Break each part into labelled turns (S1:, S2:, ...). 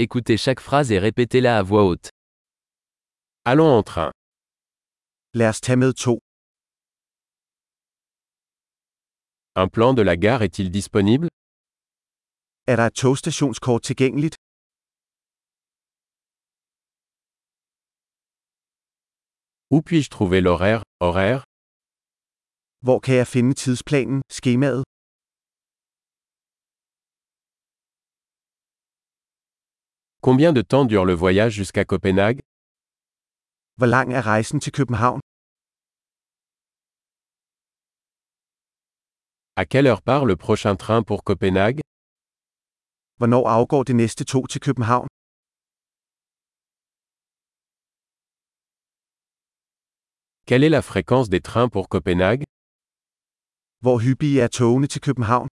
S1: Écoutez chaque phrase et répétez-la à voix haute.
S2: Allons en train.
S3: Lad os tage med to.
S2: Un plan de la gare est-il disponible
S3: Er der et togstationskort tilgængeligt?
S2: Où puis-je trouver l'horaire Horaire
S3: Hvor kan jeg finde tidsplanen, skemaet?
S2: Combien de temps dure le voyage jusqu'à Copenhague
S3: Hvor lang er rejsen til København?
S2: À quelle heure part le prochain train pour Copenhague
S3: Hvornår afgår det næste tog til København?
S2: Quelle est la fréquence des trains pour Copenhague
S3: Hvor hyppige er togene til København?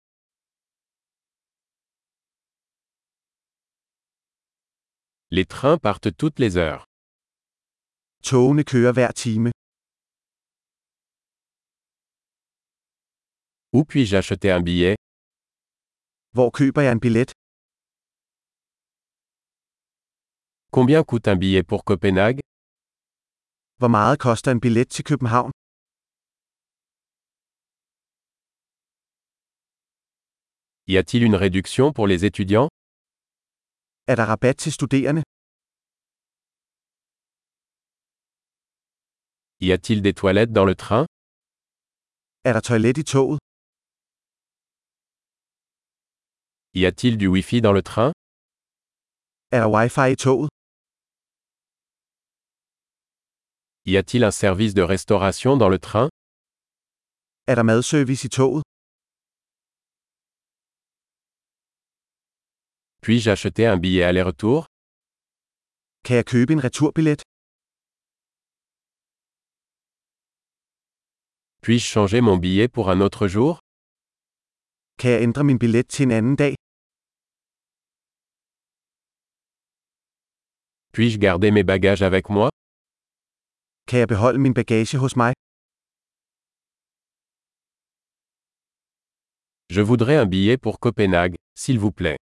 S2: Les trains partent toutes les heures.
S3: Togene kører hver time.
S2: Où puis-je acheter un billet
S3: Hvor køber jeg en billet?
S2: Combien coûte un billet pour Copenhague
S3: Hvor meget koster en billet til København?
S2: Y a-t-il une réduction pour les étudiants
S3: Er der rabat til studerende?
S2: Y a-t-il des toilettes dans le train
S3: Er der toilet i toget?
S2: Y a-t-il du Wi-Fi dans le train
S3: Er der wifi i toget?
S2: Y a-t-il un service de restauration dans le train
S3: Er der madservice i toget?
S2: Puis-je acheter un billet aller-retour
S3: Kan jeg købe en returbillet?
S2: Puis-je changer mon billet pour un autre jour
S3: Kan jeg ændre min billet til en anden dag?
S2: Puis-je garder mes bagages avec moi
S3: Kan jeg beholde min bagage hos mig?
S2: Je voudrais un billet pour Copenhague, s'il vous plaît.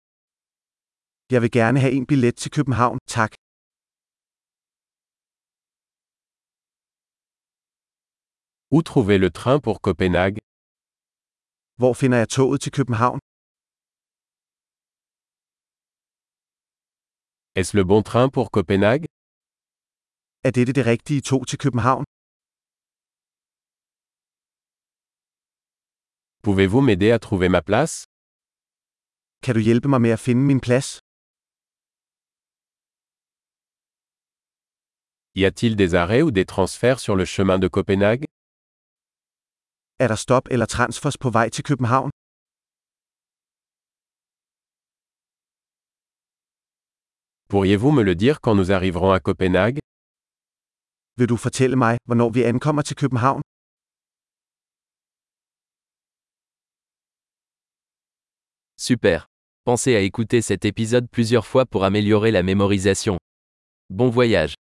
S3: Jeg vil gerne have en billet til København, tak.
S2: Où trouver le train pour Copenhague
S3: Hvor finder jeg toget til København?
S2: Est-ce le bon train pour Copenhague
S3: Er dette det rigtige tog til København?
S2: Pouvez-vous m'aider à trouver ma place
S3: Kan du hjælpe mig med at finde min plads?
S2: Y a-t-il des arrêts ou des transferts sur le chemin de Copenhague
S3: Er der stop eller transfers på vej til København?
S2: Pourriez-vous me le dire quand nous arriverons à Copenhague
S3: Vil du fortælle mig, hvornår vi ankommer til København?
S1: Super. Pensez à écouter cet épisode plusieurs fois pour améliorer la mémorisation. Bon voyage.